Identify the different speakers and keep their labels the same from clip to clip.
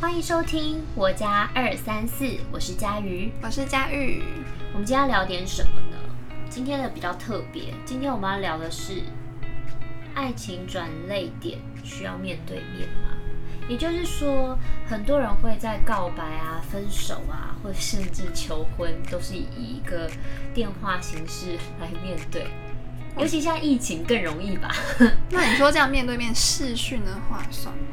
Speaker 1: 欢迎收听我家二三四，我是佳瑜。
Speaker 2: 我是佳玉。
Speaker 1: 我们今天要聊点什么呢？今天的比较特别，今天我们要聊的是爱情转泪点需要面对面吗？也就是说，很多人会在告白啊、分手啊，或者甚至求婚，都是以一个电话形式来面对。尤其现在疫情更容易吧？
Speaker 2: 那你说这样面对面视讯的话算吗？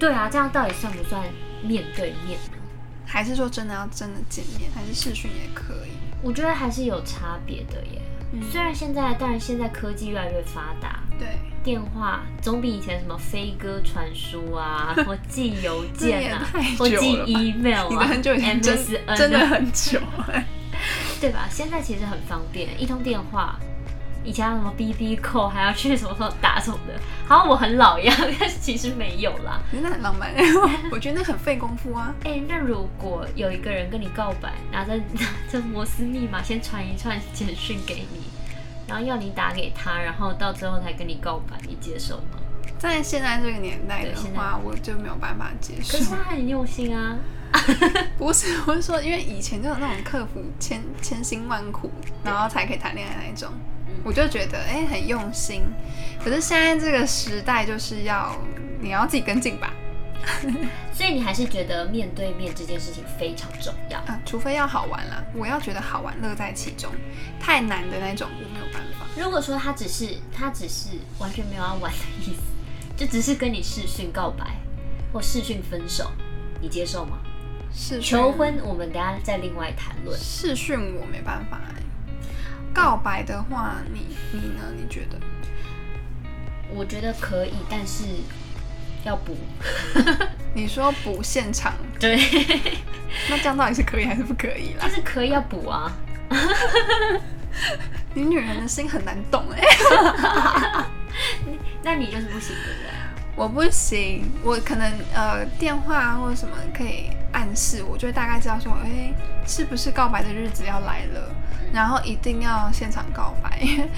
Speaker 1: 对啊，这样到底算不算面对面呢？
Speaker 2: 还是说真的要真的见面，还是视讯也可以？
Speaker 1: 我觉得还是有差别的耶。
Speaker 2: 嗯
Speaker 1: 虽然现在，当然现在科技越来越发达，
Speaker 2: 对，
Speaker 1: 电话总比以前什么飞鸽传书 啊，或寄邮件啊
Speaker 2: 这也太，
Speaker 1: 或寄
Speaker 2: 久了吧
Speaker 1: email
Speaker 2: 你的
Speaker 1: 啊
Speaker 2: 很久以前真
Speaker 1: ，MSN 啊
Speaker 2: 真的很久哎、
Speaker 1: 对吧？现在其实很方便，一通电话。以前还有什么 BB 扣，还要去什么时候打什么的，好像我很老一样，但是其实没有啦。
Speaker 2: 可是那很浪 漫，我觉得那很费功夫啊。
Speaker 1: 哎、那如果有一个人跟你告白，拿着拿着摩斯密码先传一串简讯给你，然后要你打给他，然后到最后才跟你告白，你接受吗？
Speaker 2: 在现在这个年代的
Speaker 1: 对现在
Speaker 2: 话，我就没有办法接
Speaker 1: 可
Speaker 2: 受
Speaker 1: 是。他很用心啊，
Speaker 2: 不是，我是说，因为以前就有那种克服千千辛万苦，然后才可以谈恋爱那一种
Speaker 1: 嗯，
Speaker 2: 我就觉得哎、很用心。可是现在这个时代就是要你要自己跟进吧，
Speaker 1: 所以你还是觉得面对面这件事情非常重要。
Speaker 2: 啊，除非要好玩啦，我要觉得好玩，乐在其中。太难的那种，我没有办法。
Speaker 1: 如果说他只是他只是完全没有要玩的意思，就只是跟你视讯告白或视讯分手，你接受吗？
Speaker 2: 是
Speaker 1: 求婚我们等一下再另外谈论。
Speaker 2: 试训我没办法、欸。告白的话，你你呢？你觉得？
Speaker 1: 我觉得可以，但是要补。
Speaker 2: 你说补现场，
Speaker 1: 对，
Speaker 2: 那这样到底是可以还是不可以啦
Speaker 1: 但？是可以要补啊。
Speaker 2: 你女人的心很难懂哎、
Speaker 1: 那你就是不行，对不对？
Speaker 2: 我不行，我可能呃电话或者什么可以暗示，我就会大概知道说，哎、是不是告白的日子要来了？然后一定要现场告白， 因为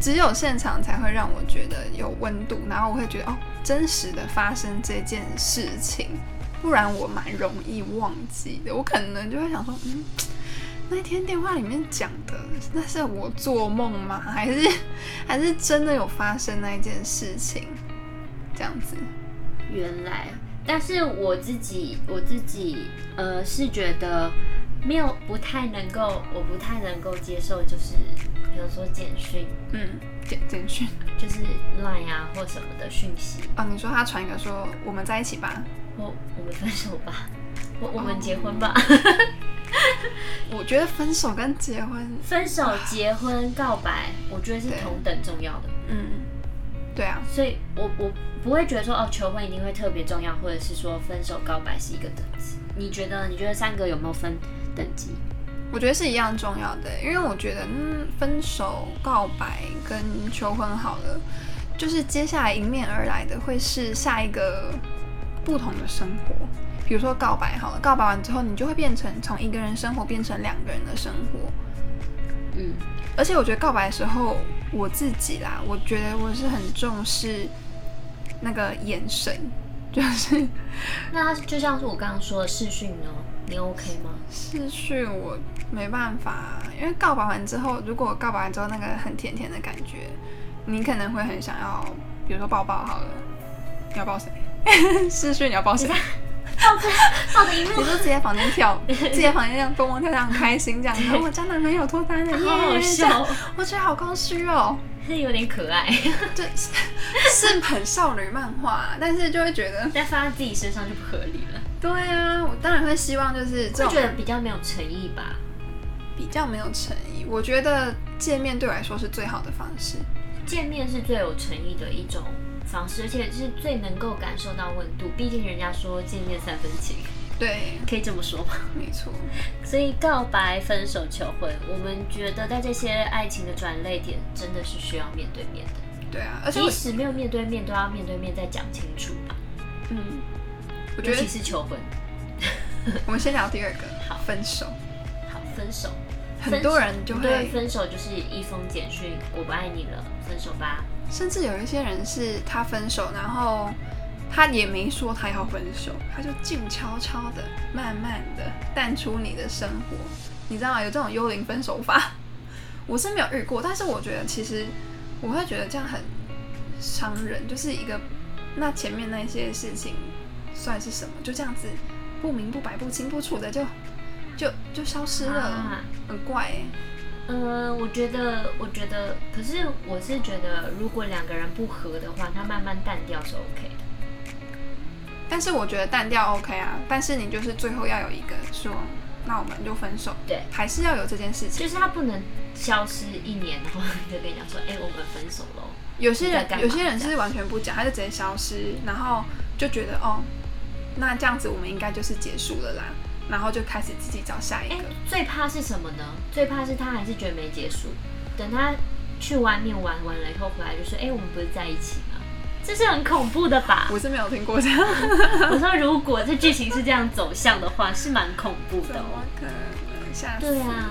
Speaker 2: 只有现场才会让我觉得有温度，然后我会觉得哦，真实的发生这件事情，不然我蛮容易忘记的。我可能就会想说，嗯，那天电话里面讲的，那是我做梦吗？还是 还是真的有发生那一件事情？这样子，
Speaker 1: 原来，但是我自己我自己呃是觉得没有不太能够，我不太能够接受，就是比如说简讯，
Speaker 2: 嗯，简简讯
Speaker 1: 就是 Line 啊或什么的讯息，
Speaker 2: 哦，你说他传一个说我们在一起吧，
Speaker 1: 或我们分手吧，或我们结婚吧，
Speaker 2: 我觉得分手跟结婚，
Speaker 1: 分手、结婚、告白，我觉得是同等重要的，
Speaker 2: 嗯，对啊，
Speaker 1: 所以我我不会觉得说哦求婚一定会特别重要，或者是说分手、告白是一个等级。你觉得你觉得三个有没有分等级？
Speaker 2: 我觉得是一样重要的，因为我觉得，嗯，分手、告白跟求婚好了，就是接下来迎面而来的会是下一个不同的生活。比如说告白好了，告白完之后，你就会变成从一个人生活变成两个人的生活。
Speaker 1: 嗯，
Speaker 2: 而且我觉得告白的时候，我自己啦，我觉得我是很重视那个眼神，就是
Speaker 1: 那它就像是我刚刚说的视讯哦，你 OK 吗？
Speaker 2: 失去我没办法，因为告白完之后，如果告白完之后那个很甜甜的感觉，你可能会很想要，比如说抱抱好了，你要抱谁？ 失去你要抱谁？
Speaker 1: 抱着一幕
Speaker 2: 你说自己在房间 跳，自己在房间这样蹦蹦跳跳，很开心这样。然后我交男朋友脱单了，
Speaker 1: 好好
Speaker 2: 耶！这样
Speaker 1: 笑，
Speaker 2: 我觉得好空虚哦。
Speaker 1: 是有点可爱，
Speaker 2: 对， 是是很少女漫画，啊但是就会觉得，
Speaker 1: 但放在自己身上就不合理了，
Speaker 2: 对啊，我当然会希望就是
Speaker 1: 就
Speaker 2: 这种
Speaker 1: 觉得比较没有诚意吧。
Speaker 2: 比较没有诚意。我觉得见面对我来说是最好的方式。
Speaker 1: 见面是最有诚意的一种方式，而且是最能够感受到温度。毕竟人家说见面三分情，
Speaker 2: 对，
Speaker 1: 可以这么说吗？
Speaker 2: 没错，
Speaker 1: 所以告白、分手、求婚，我们觉得在这些爱情的转泪点，真的是需要面对面的。
Speaker 2: 对啊，而且
Speaker 1: 即
Speaker 2: 我
Speaker 1: 使没有面对面，都要面对面再讲清楚吧。
Speaker 2: 嗯，我觉
Speaker 1: 尤
Speaker 2: 得
Speaker 1: 其是求婚，
Speaker 2: 我们先聊第二个，
Speaker 1: 好
Speaker 2: 分手，
Speaker 1: 好，分手。
Speaker 2: 很多人就
Speaker 1: 很多人
Speaker 2: 会，
Speaker 1: 分手就是一封简讯，我不爱你了，分手吧。
Speaker 2: 甚至有一些人是他分手，然后他也没说他要分手，他就静悄悄的、慢慢的淡出你的生活，你知道吗？有这种幽灵分手法， 我是没有遇过，但是我觉得其实我会觉得这样很伤人，就是一个那前面那些事情算是什么？就这样子不明不白、不清不楚的就就就消失了，
Speaker 1: 啊
Speaker 2: 很怪、欸。
Speaker 1: 呃，我觉得，我觉得，可是我是觉得，如果两个人不合的话，他慢慢淡掉是 OK 的。
Speaker 2: 但是我觉得淡掉 OK 啊，但是你就是最后要有一个说，那我们就分手，
Speaker 1: 对，
Speaker 2: 还是要有这件事情。
Speaker 1: 就是他不能消失一年，然后你就跟你讲说，哎、我们分手喽。
Speaker 2: 有些
Speaker 1: 你在干
Speaker 2: 人
Speaker 1: 嘛
Speaker 2: 有些人是完全不讲，他就直接消失，然后就觉得哦，那这样子我们应该就是结束了啦，然后就开始自己找下一
Speaker 1: 哎、
Speaker 2: 个。
Speaker 1: 最怕是什么呢？最怕是他还是觉得没结束，等他去外面玩完了以后回来就说，哎、我们不是在一起吗？这是很恐怖的吧？
Speaker 2: 我是没有听过这样，
Speaker 1: 我说，如果这剧情是这样走向的话，是蛮恐怖
Speaker 2: 怎
Speaker 1: 的哦
Speaker 2: 么。可能？吓死
Speaker 1: 对
Speaker 2: 了！
Speaker 1: 啊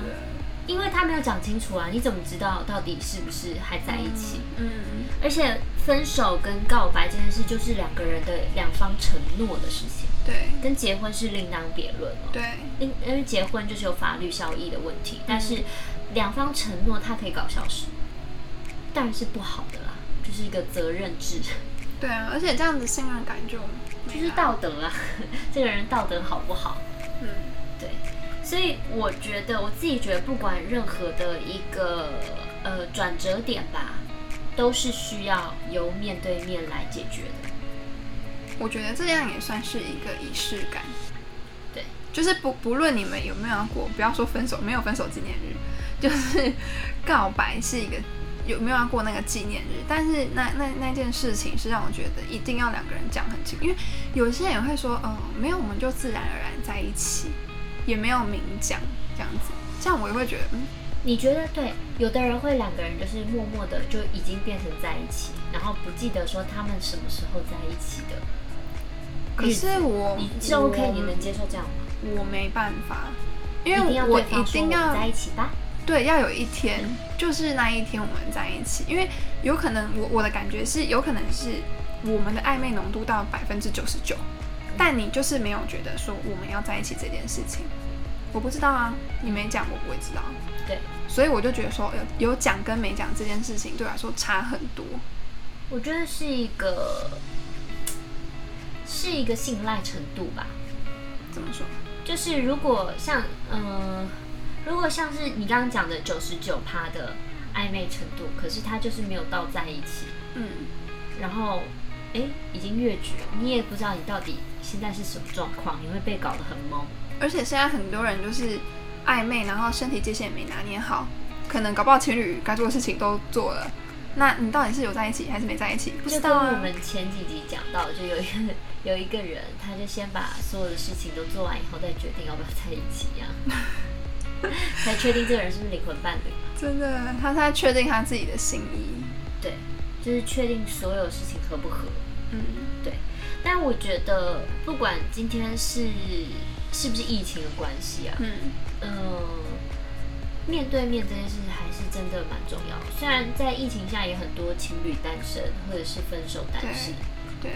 Speaker 1: 因为他没有讲清楚啊，你怎么知道到底是不是还在一起？
Speaker 2: 嗯，
Speaker 1: 而且分手跟告白这件事，就是两个人的两方承诺的事情，
Speaker 2: 对
Speaker 1: 跟结婚是另当别论哦。
Speaker 2: 对，嗯
Speaker 1: 因因为结婚就是有法律效益的问题，但是两方承诺它可以搞消失，当然是不好的啦，就是一个责任制，
Speaker 2: 对啊，而且这样子信任感就
Speaker 1: 就
Speaker 2: 没
Speaker 1: 是
Speaker 2: 了
Speaker 1: 道德啊， 这个人道德好不好？
Speaker 2: 嗯
Speaker 1: 对，所以我觉得我自己觉得，不管任何的一个呃转折点吧，都是需要由面对面来解决的。
Speaker 2: 我觉得这样也算是一个仪式感。
Speaker 1: 对，
Speaker 2: 就是不不论你们有没有要过，不要说分手，没有分手纪念日，就是 告白是一个有没有要过那个纪念日，但是那那那件事情是让我觉得一定要两个人讲很清楚，因为有些人也会说，嗯，没有，我们就自然而然在一起，也没有明讲这样子，这样我也会觉得，嗯，
Speaker 1: 你觉得对？有的人会两个人就是默默的就已经变成在一起，然后不记得说他们什么时候在一起的。
Speaker 2: 可是我
Speaker 1: 你是 OK，
Speaker 2: 我
Speaker 1: 你能接受这样吗？
Speaker 2: 我没办法，因
Speaker 1: 一定
Speaker 2: 为
Speaker 1: 要
Speaker 2: 我
Speaker 1: 对方
Speaker 2: 一
Speaker 1: 说
Speaker 2: 定
Speaker 1: 我
Speaker 2: 要
Speaker 1: 们在一起吧？
Speaker 2: 对，要有一天，就是那一天我们在一起，因为有可能我我的感觉是，有可能是我们的暧昧浓度到百分之九十九，但你就是没有觉得说我们要在一起这件事情，我不知道啊，你没讲我不会知道，
Speaker 1: 对，
Speaker 2: 所以我就觉得说呃有有讲跟没讲这件事情对我来说差很多，
Speaker 1: 我觉得是一个是一个信赖程度吧。
Speaker 2: 怎么说？
Speaker 1: 就是如果像嗯、呃如果像是你刚刚讲的九十九趴的暧昧程度，可是他就是没有到在一起，
Speaker 2: 嗯，
Speaker 1: 然后诶已经越局了，你也不知道你到底现在是什么状况，你会被搞得很懵。
Speaker 2: 而且现在很多人就是暧昧，然后身体界限也没拿捏好，可能搞不好情侣该做的事情都做了。那你到底是有在一起还是没在一起？不知
Speaker 1: 就
Speaker 2: 道
Speaker 1: 跟我
Speaker 2: 啊。
Speaker 1: 们前几集讲到，就有一个有一个人，他就先把所有的事情都做完以后，再决定要不要在一起一样， 才确定这个人是不是灵魂伴侣。
Speaker 2: 真的，他在确定他自己的心意。
Speaker 1: 对，就是确定所有事情合不合。
Speaker 2: 嗯，
Speaker 1: 对，但我觉得不管今天是是不是疫情的关系啊，
Speaker 2: 嗯，
Speaker 1: 嗯、面对面这件事还是真的蛮重要的。虽然在疫情下也很多情侣单身或者是分手单身，
Speaker 2: 对，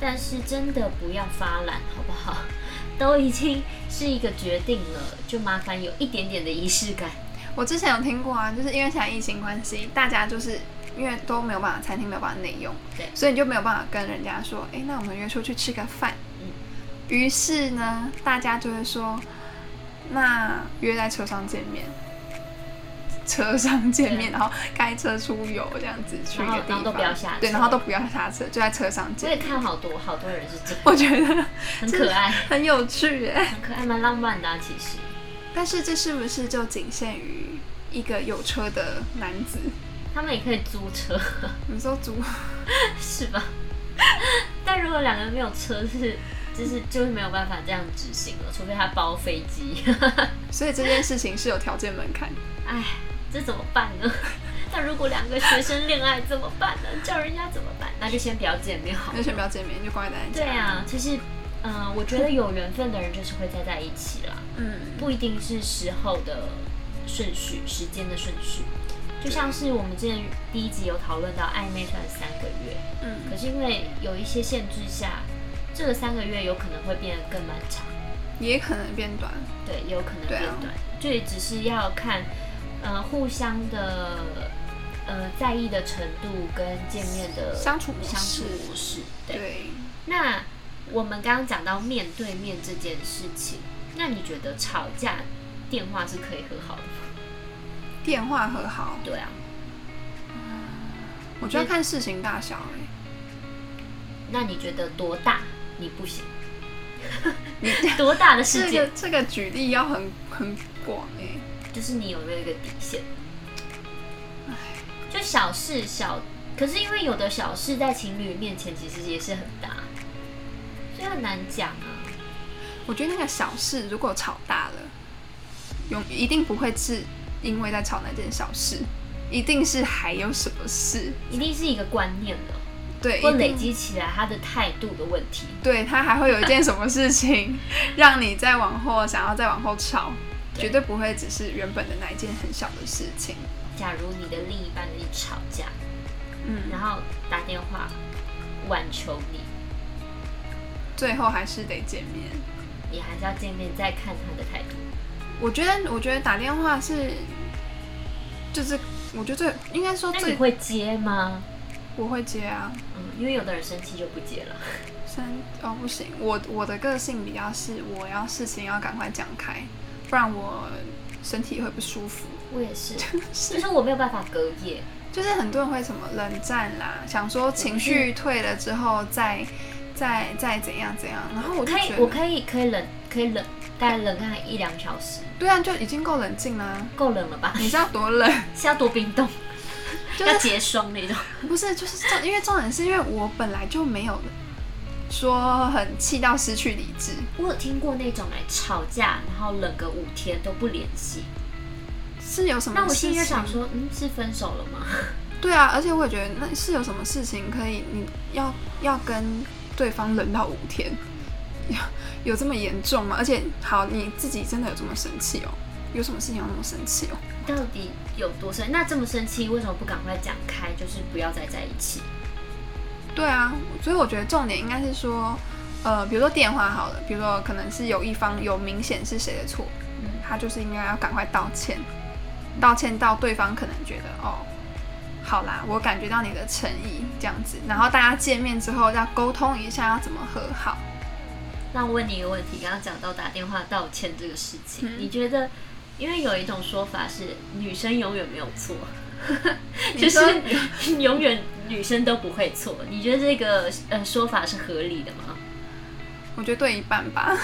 Speaker 1: 但是真的不要发懒，好不好？ 都已经是一个决定了，就麻烦有一点点的仪式感。
Speaker 2: 我之前有听过啊，就是因为现在疫情关系，大家就是因为都没有办法，餐厅没有办法内用，
Speaker 1: 对
Speaker 2: 所以你就没有办法跟人家说，哎，那我们约出去吃个饭。
Speaker 1: 嗯
Speaker 2: 于是呢，大家就会说，那约在车上见面，车上见面，然后开车出游这样子去一
Speaker 1: 然后
Speaker 2: 个地
Speaker 1: 然后
Speaker 2: 方，
Speaker 1: 都不要下
Speaker 2: 对，
Speaker 1: 车
Speaker 2: 然后都不要下车，就在车上
Speaker 1: 我也
Speaker 2: 见。
Speaker 1: 看好多好多人是这样，
Speaker 2: 我觉得
Speaker 1: 很可爱，
Speaker 2: 很有趣耶。
Speaker 1: 很可爱，蛮浪漫的、啊。其实，
Speaker 2: 但是这是不是就仅限于一个有车的男子？
Speaker 1: 他们也可以租车，
Speaker 2: 你说租？
Speaker 1: 是吧？ 但如果两个人没有车是。就是就是没有办法这样执行了，除非他包飞机。
Speaker 2: 所以这件事情是有条件门槛。
Speaker 1: 哎，这怎么办呢？ 那如果两个学生恋爱怎么办呢？叫人家怎么办？那就先不要见面好了
Speaker 2: 那。先不要见面，就乖乖待在
Speaker 1: 对
Speaker 2: 家。
Speaker 1: 啊，其实，嗯、我觉得有缘分的人就是会再在一起啦，
Speaker 2: 嗯，
Speaker 1: 不一定是时候的顺序、时间的顺序，就像是我们之前第一集有讨论到暧昧算三个月，
Speaker 2: 嗯
Speaker 1: 可是因为有一些限制下，这个三个月有可能会变得更漫长，
Speaker 2: 也可能变短，
Speaker 1: 对，也有可能
Speaker 2: 对
Speaker 1: 变
Speaker 2: 啊
Speaker 1: 短，这也只是要看，呃，互相的呃在意的程度跟见面的
Speaker 2: 相处模
Speaker 1: 相处
Speaker 2: 式
Speaker 1: 模式，对。
Speaker 2: 对，
Speaker 1: 那我们刚刚讲到面对面这件事情，那你觉得吵架电话是可以和好的吗？
Speaker 2: 电话和好，
Speaker 1: 对啊，
Speaker 2: 我觉得看事情大小、欸，
Speaker 1: 那你觉得多大你不行？
Speaker 2: 你
Speaker 1: 多大 的事
Speaker 2: 这
Speaker 1: 情
Speaker 2: 个这个举例要很很广哎、
Speaker 1: 就是你有没有一个底线？就小事小，可是因为有的小事在情侣面前其实也是很大，所以很难讲啊。
Speaker 2: 我觉得那个小事如果吵大了，永一定不会是因为在吵那件小事，一定是还有什么事，
Speaker 1: 一定是一个观念的，
Speaker 2: 对，
Speaker 1: 或
Speaker 2: 一定
Speaker 1: 累积起来他的态度的问题。
Speaker 2: 对他还会有一件什么事情，让你再往后想要再往后吵，
Speaker 1: 对
Speaker 2: 绝对不会只是原本的那一件很小的事情。
Speaker 1: 假如你的另一半跟你吵架，
Speaker 2: 嗯，
Speaker 1: 然后打电话挽求你，
Speaker 2: 最后还是得见面。
Speaker 1: 你还是要见面再看他的态度。
Speaker 2: 我觉得，我觉得打电话是，就是我觉得最应该说
Speaker 1: 那你
Speaker 2: 最
Speaker 1: 会接吗？
Speaker 2: 我会接啊，
Speaker 1: 嗯，因为有的人生气就不接了。
Speaker 2: 三哦不行，我我的个性比较是我要事情要赶快讲开，不然我身体会不舒服。
Speaker 1: 我也是， 就是是我没有办法隔夜。
Speaker 2: 就是很多人会什么冷战啦，想说情绪退了之后再再再怎样怎样，然后我就
Speaker 1: 可以
Speaker 2: 觉，得
Speaker 1: 我可以，可以冷，可以冷，大概冷个一两小时，
Speaker 2: 对啊，就已经够冷静啦。
Speaker 1: 够冷了吧？
Speaker 2: 你知道多冷？
Speaker 1: 是要多冰冻，
Speaker 2: 就是
Speaker 1: 要结霜那种。
Speaker 2: 不是，就是重，因为重点是因为我本来就没有说很气到失去理智，
Speaker 1: 我有听过那种哎、吵架然后冷个五天都不联系，
Speaker 2: 是有什么？
Speaker 1: 那我心里就想，说，嗯，是分手了吗？
Speaker 2: 对啊，而且我也觉得那是有什么事情可以，你要要跟对方冷到五天，有有这么严重吗？而且好，你自己真的有这么生气哦？有什么事情要那么生气哦？
Speaker 1: 到底有多生？那这么生气，为什么不赶快讲开？就是不要再在一起。
Speaker 2: 对啊，所以我觉得重点应该是说，呃，比如说电话好了，比如说可能是有一方有明显是谁的错，
Speaker 1: 嗯，
Speaker 2: 他就是应该要赶快道歉，道歉到对方可能觉得哦，好啦，我感觉到你的诚意这样子，然后大家见面之后要沟通一下要怎么和好。
Speaker 1: 那我问你一个问题，刚刚讲到打电话道歉这个事情，
Speaker 2: 嗯
Speaker 1: 你觉得？因为有一种说法是女生永远没有错，
Speaker 2: 你
Speaker 1: 就
Speaker 2: 说
Speaker 1: 是 永远女生都不会错。你觉得这个呃说法是合理的吗？
Speaker 2: 我觉得对一半吧，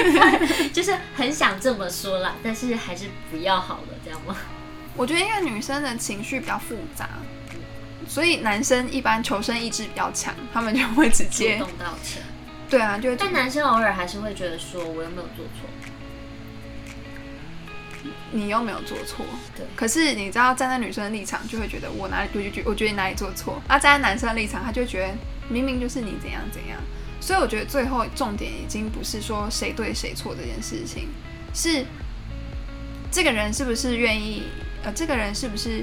Speaker 1: 就是很想这么说啦，但是还是不要好了，这样吗？
Speaker 2: 我觉得因为女生的情绪比较复杂，所以男生一般求生意志比较强，他们就会直
Speaker 1: 主
Speaker 2: 接
Speaker 1: 动道歉，
Speaker 2: 对啊，就会
Speaker 1: 但男生偶尔还是会觉得说我又没有做错，
Speaker 2: 你又没有做错，
Speaker 1: 对
Speaker 2: 可是你知道，站在女生的立场，就会觉得我哪里，我就觉我觉得你哪里做错。啊，站在男生的立场，他就会觉得明明就是你怎样怎样。所以我觉得最后重点已经不是说谁对谁错这件事情，是这个人是不是愿意，呃，这个人是不是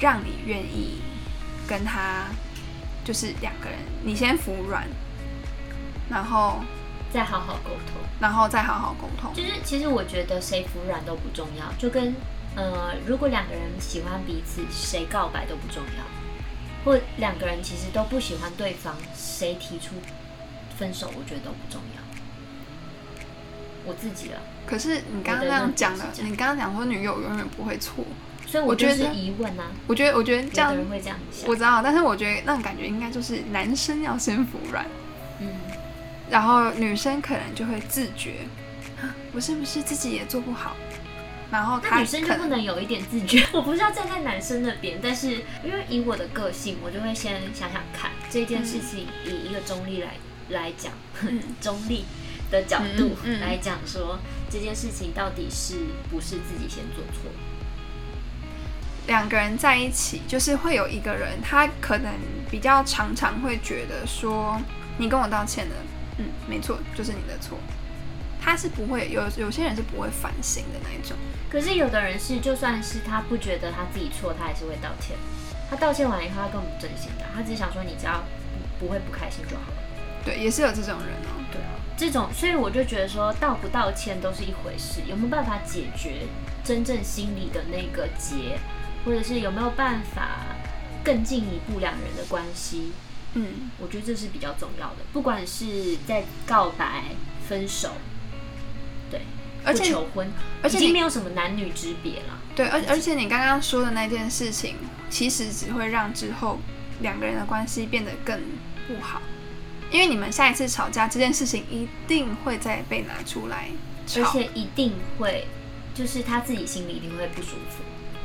Speaker 2: 让你愿意跟他，就是两个人，你先服软，然后
Speaker 1: 再好好沟通。
Speaker 2: 然后再好好沟通。
Speaker 1: 就是其实我觉得谁服软都不重要，就跟呃，如果两个人喜欢彼此，谁告白都不重要，或两个人其实都不喜欢对方，谁提出分手，我觉得都不重要。我自己了，
Speaker 2: 可是你刚刚那样讲的，你刚刚讲说女友永远不会错，
Speaker 1: 所以
Speaker 2: 我
Speaker 1: 我就
Speaker 2: 觉
Speaker 1: 是
Speaker 2: 得
Speaker 1: 疑问啊，
Speaker 2: 我觉得我觉得这
Speaker 1: 有
Speaker 2: 样
Speaker 1: 的人会这样想
Speaker 2: 我，知道，但是我觉得那种感觉应该就是男生要先服软，
Speaker 1: 嗯，
Speaker 2: 然后女生可能就会自觉，啊我是不是自己也做不好？然后
Speaker 1: 那
Speaker 2: 他
Speaker 1: 女生就
Speaker 2: 可
Speaker 1: 不能有一点自觉。 我不是要站在男生那边，但是因为以我的个性，我就会先想想看这件事情，以一个中立来来讲，
Speaker 2: 嗯
Speaker 1: 中立的角度
Speaker 2: 嗯嗯嗯
Speaker 1: 来讲说，这件事情到底是不是自己先做错？
Speaker 2: 两个人在一起，就是会有一个人，他可能比较常常会觉得说，你跟我道歉了，嗯，没错，就是你的错。他是不会有有些人是不会反省的那一种。
Speaker 1: 可是有的人是，就算是他不觉得他自己错，他也是会道歉。他道歉完以后，他根本不真心的，他只是想说你只要不不会不开心就好了。
Speaker 2: 对，也是有这种人哦。
Speaker 1: 对啊，这种，所以我就觉得说，道不道歉都是一回事，有没有办法解决真正心里的那个结，或者是有没有办法更进一步两人的关系，
Speaker 2: 嗯，
Speaker 1: 我觉得这是比较重要的。不管是在告白、分手，对，
Speaker 2: 而
Speaker 1: 不
Speaker 2: 且
Speaker 1: 求婚，
Speaker 2: 而且
Speaker 1: 已经
Speaker 2: 你
Speaker 1: 没有什么男女之别了。
Speaker 2: 对，而而且你刚刚说的那件事情，其实只会让之后两个人的关系变得更不好，因为你们下一次吵架，这件事情一定会再被拿出来
Speaker 1: 而
Speaker 2: 吵，
Speaker 1: 且一定会，就是他自己心里一定会不舒服。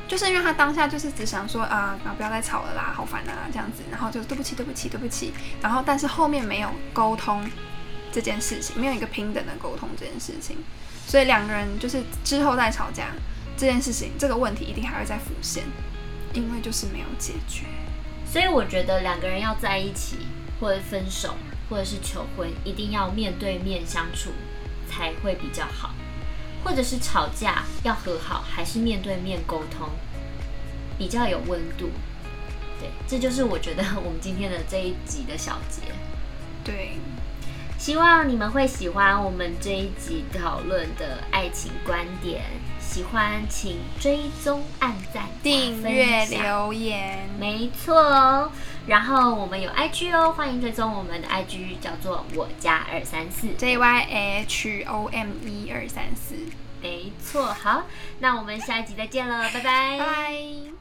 Speaker 2: 就是因为他当下就是只想说啊，啊不要再吵了啦，好烦啊这样子，然后就对不起对不起对不起，然后但是后面没有沟通这件事情，没有一个平等的沟通这件事情，所以两个人就是之后再吵架这件事情，这个问题一定还会再浮现，因为就是没有解决。
Speaker 1: 所以我觉得两个人要在一起，或者分手，或者是求婚，一定要面对面相处才会比较好。或者是吵架要和好，还是面对面沟通比较有温度？对，这就是我觉得我们今天的这一集的小结。
Speaker 2: 对，
Speaker 1: 希望你们会喜欢我们这一集讨论的爱情观点。喜欢请追踪、按赞、
Speaker 2: 订
Speaker 1: 加
Speaker 2: 阅、
Speaker 1: 分享
Speaker 2: 留言，
Speaker 1: 没错哦。然后我们有 IG 哦，欢迎追踪我们的 IG，叫做我家二三四。
Speaker 2: J Y H O M 一二三四，
Speaker 1: 没错，好，那我们下一集再见了，拜拜。
Speaker 2: 拜拜。